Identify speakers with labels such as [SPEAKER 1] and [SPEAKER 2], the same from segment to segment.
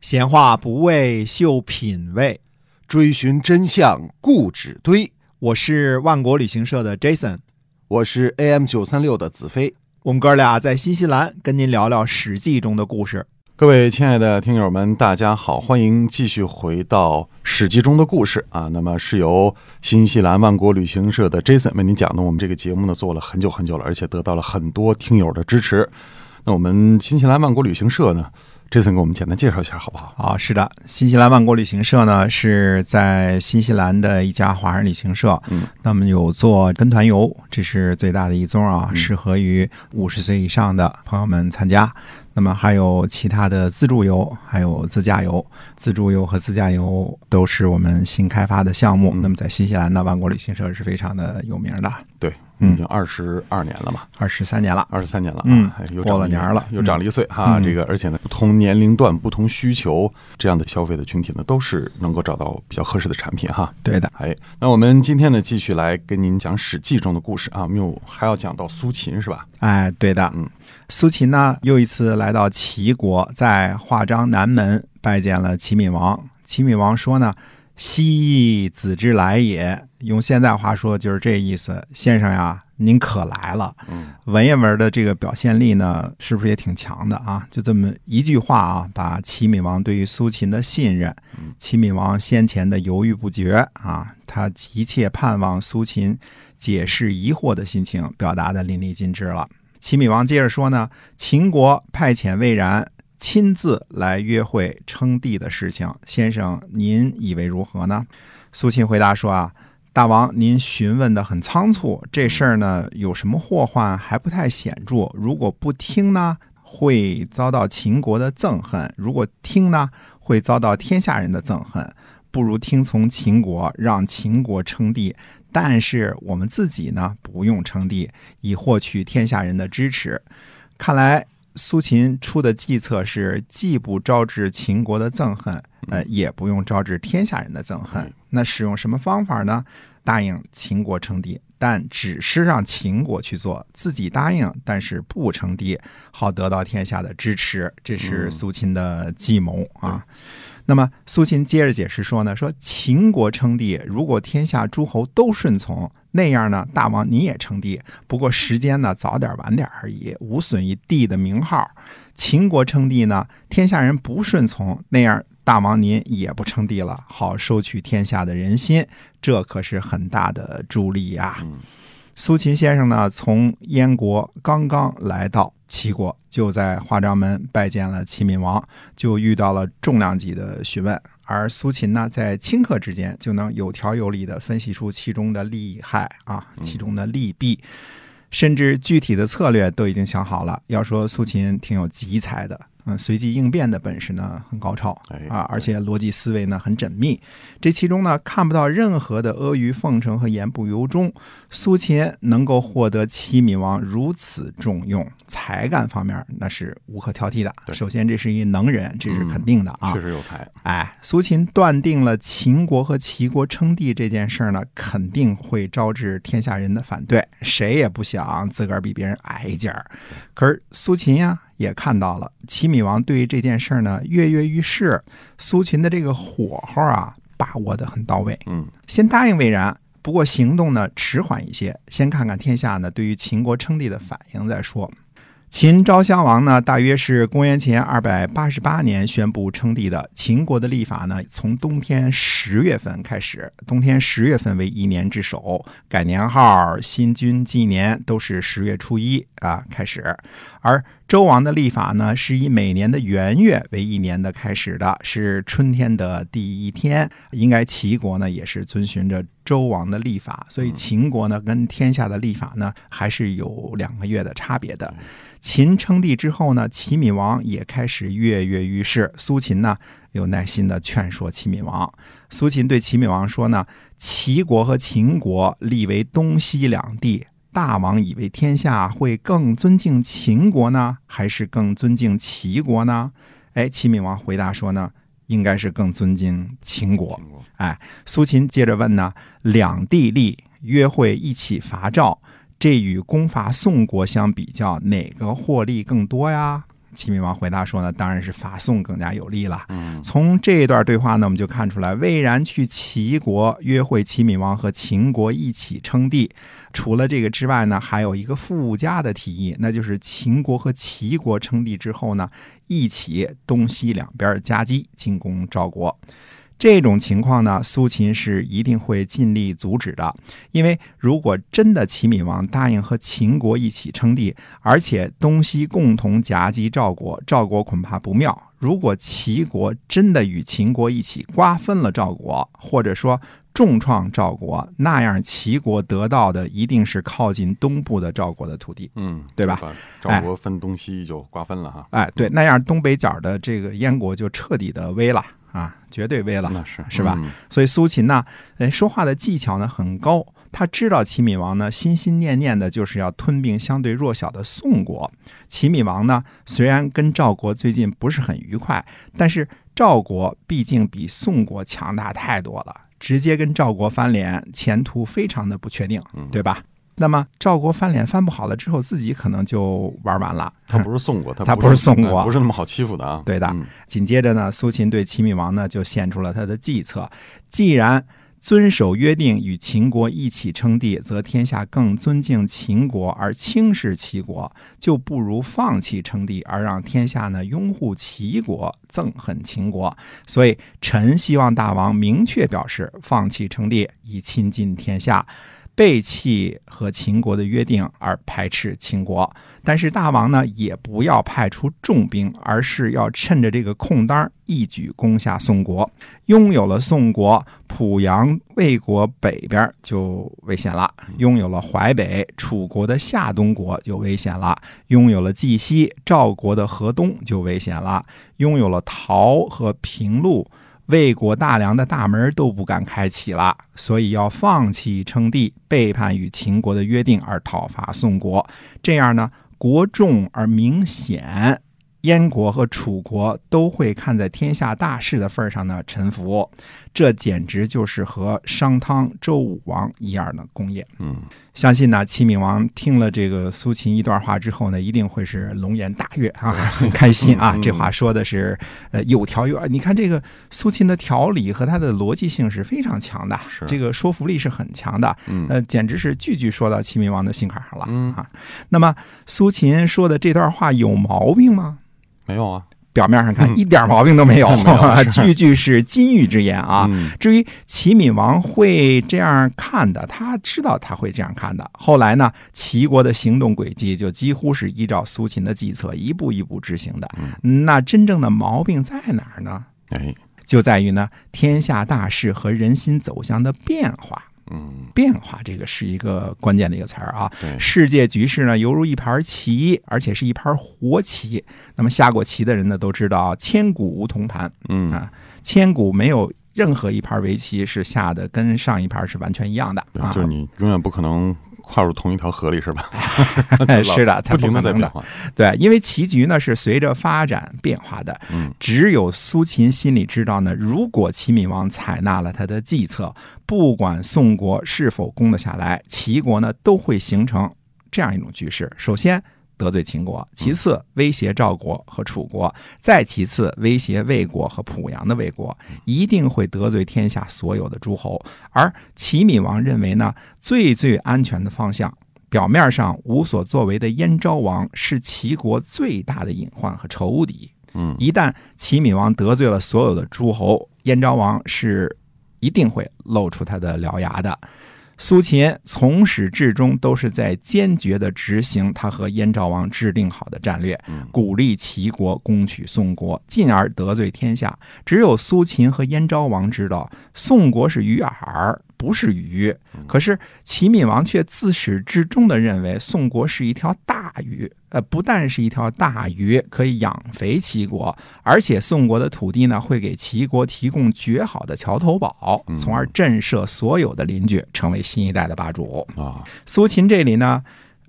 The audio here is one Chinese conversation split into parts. [SPEAKER 1] 闲话不为秀品味，
[SPEAKER 2] 追寻真相固执堆。
[SPEAKER 1] 我是万国旅行社的 Jason，
[SPEAKER 2] 我是 AM 九三六的子飞。
[SPEAKER 1] 我们哥俩在新西兰跟您聊聊《史记》中的故事。
[SPEAKER 2] 各位亲爱的听友们，大家好，欢迎继续回到《史记》中的故事啊。那么是由新西兰万国旅行社的 Jason 为您讲的。我们这个节目呢，做了很久很久了，而且得到了很多听友的支持。那我们新西兰万国旅行社呢，Jason 给我们简单介绍一下好不好？
[SPEAKER 1] 啊，是的，新西兰万国旅行社呢是在新西兰的一家华人旅行社。
[SPEAKER 2] 嗯，
[SPEAKER 1] 那么有做跟团游，这是最大的一宗啊，适合于五十岁以上的朋友们参加。那么还有其他的自助游，还有自驾游。自助游和自驾游都是我们新开发的项目。那么在新西兰呢，万国旅行社是非常的有名的，
[SPEAKER 2] 对，
[SPEAKER 1] 嗯
[SPEAKER 2] 已经二十二年了嘛。
[SPEAKER 1] 二十三年了。
[SPEAKER 2] 二十三年了啊，
[SPEAKER 1] 嗯
[SPEAKER 2] 哎又
[SPEAKER 1] 过
[SPEAKER 2] 长
[SPEAKER 1] 了
[SPEAKER 2] 一
[SPEAKER 1] 年儿了
[SPEAKER 2] 又长了一岁哈、
[SPEAKER 1] 嗯
[SPEAKER 2] 这个，而且呢，不同年龄段、不同需求这样的消费的群体呢，都是能够找到比较合适的产品哈。
[SPEAKER 1] 对的，
[SPEAKER 2] 哎，那我们今天呢，继续来跟您讲《史记》中的故事啊，我们又还要讲到苏秦是吧？
[SPEAKER 1] 哎，对的，
[SPEAKER 2] 嗯，
[SPEAKER 1] 苏秦呢又一次来到齐国，在华章南门拜见了齐闵王。齐闵王说呢：“昔夷子之来也。”用现在话说就是这意思，先生呀，您可来了。
[SPEAKER 2] 嗯，
[SPEAKER 1] 文言文的这个表现力呢，是不是也挺强的啊？就这么一句话啊，把齐闵王对于苏秦的信任
[SPEAKER 2] 嗯，
[SPEAKER 1] 齐闵王先前的犹豫不决啊，他急切盼望苏秦解释疑惑的心情，表达的淋漓尽致了。齐闵王接着说呢，秦国派遣魏然亲自来约会称帝的事情，先生您以为如何呢？苏秦回答说啊，大王您询问的很仓促，这事儿呢有什么祸患还不太显著，如果不听呢，会遭到秦国的憎恨；如果听呢，会遭到天下人的憎恨。不如听从秦国，让秦国称帝。但是我们自己呢，不用称帝，以获取天下人的支持。看来苏秦出的计策是既不招致秦国的憎恨，呃，也不用招致天下人的憎恨
[SPEAKER 2] 嗯。
[SPEAKER 1] 那使用什么方法呢？答应秦国称帝，但只是让秦国去做，自己答应，但是不称帝，好得到天下的支持。这是
[SPEAKER 2] 嗯
[SPEAKER 1] 苏秦的计谋啊。那么苏秦接着解释说呢，说秦国称帝，如果天下诸侯都顺从，那样呢，大王你也称帝，不过时间呢早点晚点而已，无损于帝的名号。秦国称帝呢，天下人不顺从，那样大王您也不称帝了，好收取天下的人心，这可是很大的助力呀、
[SPEAKER 2] 嗯
[SPEAKER 1] 苏秦先生呢，从燕国刚刚来到齐国，就在华章门拜见了齐闵王，就遇到了重量级的询问。而苏秦呢，在顷刻之间就能有条有理地分析出其中的利害啊，其中的利弊。甚至具体的策略都已经想好了。要说苏秦挺有奇才的，嗯，随机应变的本事呢很高超
[SPEAKER 2] 哎
[SPEAKER 1] 啊，而且逻辑思维呢很缜密。这其中呢看不到任何的阿谀奉承和言不由衷。苏秦能够获得齐闵王如此重用，才干方面那是无可挑剔的。啊
[SPEAKER 2] 对
[SPEAKER 1] 首先，这是一能人，这是肯定的啊。
[SPEAKER 2] 确实有才。
[SPEAKER 1] 哎，苏秦断定了秦国和齐国称帝这件事儿呢，肯定会招致天下人的反对，谁也不想自个儿比别人矮一截儿。可是苏秦呀，也看到了齐闵王对于这件事儿呢跃跃欲试，苏秦的这个火候啊，把握得很到位。
[SPEAKER 2] 嗯，
[SPEAKER 1] 先答应魏然，不过行动呢迟缓一些，先看看天下呢对于秦国称帝的反应再说。秦昭襄王呢，大约是公元前二百八十八年宣布称帝的。秦国的历法呢，从冬天十月份开始，冬天十月份为一年之首，改年号、新君纪年都是十月初一啊开始。而周王的历法呢，是以每年的元月为一年的开始的，是春天的第一天。应该齐国呢，也是遵循着周王的历法，所以秦国呢，跟天下的历法呢，还是有两个月的差别的。秦称帝之后呢，齐闵王也开始跃跃欲试。苏秦呢，有耐心的劝说齐闵王。苏秦对齐闵王说呢：“齐国和秦国立为东西两帝，大王以为天下会更尊敬秦国呢，还是更尊敬齐国呢？”哎，齐闵王回答说呢：“应该是更尊敬秦国。”
[SPEAKER 2] 听过
[SPEAKER 1] 苏秦接着问呢：“两地利约会一起伐赵，这与攻伐宋国相比较，哪个获利更多呀？”齐闵王回答说呢，当然是伐宋更加有利了。从这段对话呢，我们就看出来，魏然去齐国约会齐闵王和秦国一起称帝。除了这个之外呢，还有一个附加的提议，那就是秦国和齐国称帝之后呢，一起东西两边夹击进攻赵国。这种情况呢，苏秦是一定会尽力阻止的，因为如果真的齐闵王答应和秦国一起称帝，而且东西共同夹击赵国，赵国恐怕不妙。如果齐国真的与秦国一起瓜分了赵国，或者说重创赵国，那样齐国得到的一定是靠近东部的赵国的土地。
[SPEAKER 2] 嗯，
[SPEAKER 1] 对吧
[SPEAKER 2] 就把赵国分东西就瓜分了哈，
[SPEAKER 1] 哎，对，那样东北角的这个燕国就彻底的危了啊，绝对危了。
[SPEAKER 2] 那是
[SPEAKER 1] 是吧？
[SPEAKER 2] 嗯
[SPEAKER 1] 所以苏秦呢，呃，说话的技巧呢很高，他知道齐闵王呢心心念念的就是要吞并相对弱小的宋国。齐闵王呢，虽然跟赵国最近不是很愉快，但是赵国毕竟比宋国强大太多了，直接跟赵国翻脸，前途非常的不确定，对吧？那么赵国翻脸翻不好了之后，自己可能就玩完了。
[SPEAKER 2] 他不是宋 国，
[SPEAKER 1] 他
[SPEAKER 2] 不
[SPEAKER 1] 不是宋国
[SPEAKER 2] 哎不是那么好欺负的啊。
[SPEAKER 1] 对的
[SPEAKER 2] 嗯
[SPEAKER 1] 紧接着呢，苏秦对齐闵王呢就献出了他的计策：既然遵守约定，与秦国一起称帝，则天下更尊敬秦国而轻视齐国，就不如放弃称帝，而让天下呢拥护齐国，憎恨秦国。所以，臣希望大王明确表示放弃称帝，以亲近天下。背弃和秦国的约定而排斥秦国，但是大王呢也不要派出重兵，而是要趁着这个空当儿一举攻下宋国。拥有了宋国，濮阳、魏国北边儿就危险了；拥有了淮北，楚国的夏东国就危险了；拥有了冀西，赵国的河东就危险了；拥有了陶和平陆。魏国大梁的大门都不敢开启了，所以要放弃称帝，背叛与秦国的约定而讨伐宋国。这样呢，国重而民显，燕国和楚国都会看在天下大事的份儿上呢臣服。这简直就是和商汤、周武王一样的功业。
[SPEAKER 2] 嗯，
[SPEAKER 1] 相信呢，齐闵王听了这个苏秦一段话之后呢，一定会是龙颜大悦啊， 很开心啊。
[SPEAKER 2] 嗯
[SPEAKER 1] 这话说的是呃有条有，你看这个苏秦的条理和他的逻辑性是非常强的，
[SPEAKER 2] 是
[SPEAKER 1] 这个说服力是很强的，
[SPEAKER 2] 嗯
[SPEAKER 1] 呃，简直是句句说到齐闵王的心坎上了、
[SPEAKER 2] 嗯
[SPEAKER 1] 啊。那么苏秦说的这段话有毛病吗？
[SPEAKER 2] 没有啊
[SPEAKER 1] 表面上看
[SPEAKER 2] 嗯
[SPEAKER 1] 一点毛病都没有，
[SPEAKER 2] 没有
[SPEAKER 1] 句句是金玉之言啊。
[SPEAKER 2] 嗯
[SPEAKER 1] 至于齐闵王会这样看的，他知道他会这样看的。后来呢，齐国的行动轨迹就几乎是依照苏秦的计策一步一步执行的。那真正的毛病在哪儿呢？
[SPEAKER 2] 哎，
[SPEAKER 1] 就在于呢，天下大势和人心走向的变化。
[SPEAKER 2] 嗯，
[SPEAKER 1] 变化这个是一个关键的一个词儿啊。
[SPEAKER 2] 对，
[SPEAKER 1] 世界局势呢，犹如一盘棋，而且是一盘活棋。那么下过棋的人呢，都知道啊千古无铜盘，
[SPEAKER 2] 嗯
[SPEAKER 1] 啊千古没有任何一盘围棋是下的跟上一盘是完全一样的
[SPEAKER 2] 对
[SPEAKER 1] 啊
[SPEAKER 2] 就。是你永远不可能跨入同一条河里，是吧？
[SPEAKER 1] 啊 是的，它
[SPEAKER 2] 不停
[SPEAKER 1] 可
[SPEAKER 2] 的在
[SPEAKER 1] 能
[SPEAKER 2] 变
[SPEAKER 1] 的。
[SPEAKER 2] 化。
[SPEAKER 1] 对，因为棋局呢是随着发展变化的。
[SPEAKER 2] 嗯
[SPEAKER 1] 只有苏秦心里知道呢，如果齐闵王采纳了他的计策，不管宋国是否攻得下来，齐国呢都会形成这样一种局势：首先得罪秦国，其次威胁赵国和楚国，再其次威胁魏国和濮阳的魏国，一定会得罪天下所有的诸侯。而齐闵王认为呢，最最安全的方向。表面上无所作为的燕昭王是齐国最大的隐患和仇敌。
[SPEAKER 2] 嗯，
[SPEAKER 1] 一旦齐闵王得罪了所有的诸侯，燕昭王是一定会露出他的獠牙的。苏秦从始至终都是在坚决地执行他和燕昭王制定好的战略
[SPEAKER 2] 嗯，
[SPEAKER 1] 鼓励齐国攻取宋国，进而得罪天下。只有苏秦和燕昭王知道，宋国是鱼饵，不是鱼。可是齐闵王却自始至终地认为宋国是一条大鱼，呃，不但是一条大鱼可以养肥齐国，而且宋国的土地呢会给齐国提供绝好的桥头堡，从而震慑所有的邻居，成为新一代的霸主。
[SPEAKER 2] 啊，
[SPEAKER 1] 苏秦这里呢，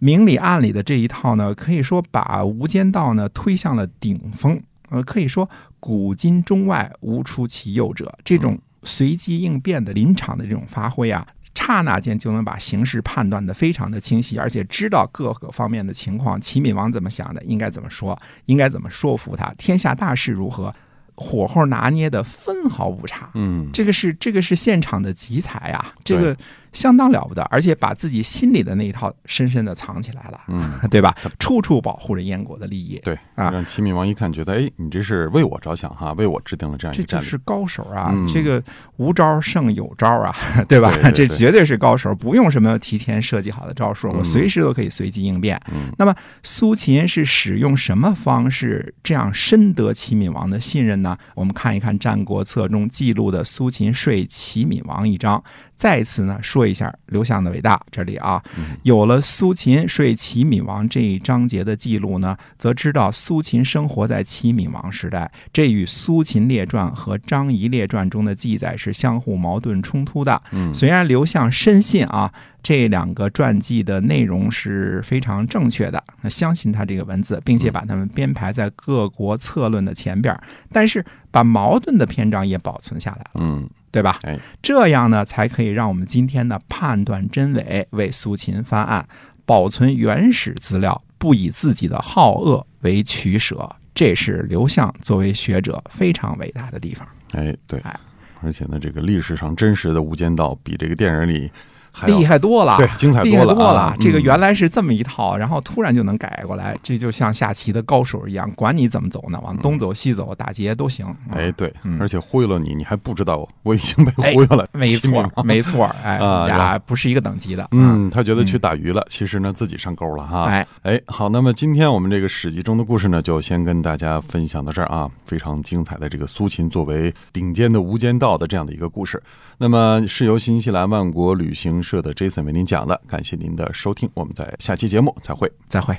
[SPEAKER 1] 明里暗里的这一套呢，可以说把《无间道呢》推向了顶峰。呃，可以说古今中外无出其右者。这种随机应变的临场的这种发挥啊，刹那间就能把形势判断的非常的清晰，而且知道各个方面的情况，齐闵王怎么想的，应该怎么说，应该怎么说服他，天下大势如何，火候拿捏的分毫不差。
[SPEAKER 2] 嗯，
[SPEAKER 1] 这个是这个是现场的集才啊，这
[SPEAKER 2] 对
[SPEAKER 1] 个相当了不得，而且把自己心里的那一套深深的藏起来了，
[SPEAKER 2] 嗯，
[SPEAKER 1] 对吧？处处保护着燕国的利益，
[SPEAKER 2] 对，
[SPEAKER 1] 啊
[SPEAKER 2] 让齐闵王一看，觉得哎，你这是为我着想哈，为我制定了哎这样一
[SPEAKER 1] 这
[SPEAKER 2] 个战
[SPEAKER 1] 就
[SPEAKER 2] 略。
[SPEAKER 1] 是高手啊！
[SPEAKER 2] 嗯
[SPEAKER 1] 这个无招胜有招啊， 对吧？
[SPEAKER 2] 对对对
[SPEAKER 1] 这绝对是高手，不用什么提前设计好的招数，我随时都可以随机应变。
[SPEAKER 2] 嗯
[SPEAKER 1] 那么苏秦是使用什么方式这样深得齐闵王的信任呢？我们看一看《战国策》中记录的苏秦说齐闵王一章。再次呢说一下刘向的伟大，这里啊，有了苏秦说齐闵王这一章节的记录呢，则知道苏秦生活在齐闵王时代，这与《苏秦列传》和《张仪列传》中的记载是相互矛盾冲突的。
[SPEAKER 2] 嗯
[SPEAKER 1] 虽然刘向深信啊这两个传记的内容是非常正确的，那相信他这个文字，
[SPEAKER 2] 嗯
[SPEAKER 1] 并且把它们编排在各国策论的前边儿，但是把矛盾的篇章也保存下来了，
[SPEAKER 2] 嗯，
[SPEAKER 1] 对吧？
[SPEAKER 2] 哎，
[SPEAKER 1] 这样呢，才可以让我们今天呢判断真伪，为苏秦翻案，保存原始资料，不以自己的好恶为取舍。这是刘向作为学者非常伟大的地方，
[SPEAKER 2] 哎，对
[SPEAKER 1] 哎，
[SPEAKER 2] 而且呢，这个历史上真实的《无间道》比这个电影里还要
[SPEAKER 1] 厉害多了，
[SPEAKER 2] 对精彩
[SPEAKER 1] 厉
[SPEAKER 2] 多
[SPEAKER 1] 害
[SPEAKER 2] 了
[SPEAKER 1] 多
[SPEAKER 2] 啊
[SPEAKER 1] 了。这个
[SPEAKER 2] 嗯
[SPEAKER 1] 原来是这么一套，然后突然就能改过来，这就像下棋的高手一样，管你怎么走呢，往东走西走，打劫都行。啊
[SPEAKER 2] 哎，，对，
[SPEAKER 1] 嗯哎
[SPEAKER 2] 而且忽悠了你，你还不知道我我已经被忽悠了，
[SPEAKER 1] 没
[SPEAKER 2] 秦
[SPEAKER 1] 错
[SPEAKER 2] 始皇，
[SPEAKER 1] 没错，哎
[SPEAKER 2] 啊，
[SPEAKER 1] 俩不是一个等级的。啊，
[SPEAKER 2] 嗯，他觉得
[SPEAKER 1] 嗯
[SPEAKER 2] 去打鱼了，其实呢自己上钩了哈。
[SPEAKER 1] 哎，
[SPEAKER 2] 哎，好，那么今天我们这个《史记》中的故事呢，就先跟大家分享到这儿啊，非常精彩的这个苏秦作为顶尖的无间道的这样的一个故事，那么是由新西兰万国旅行社的 Jason 为您讲的，感谢您的收听，我们在下期节目再会。
[SPEAKER 1] 再会。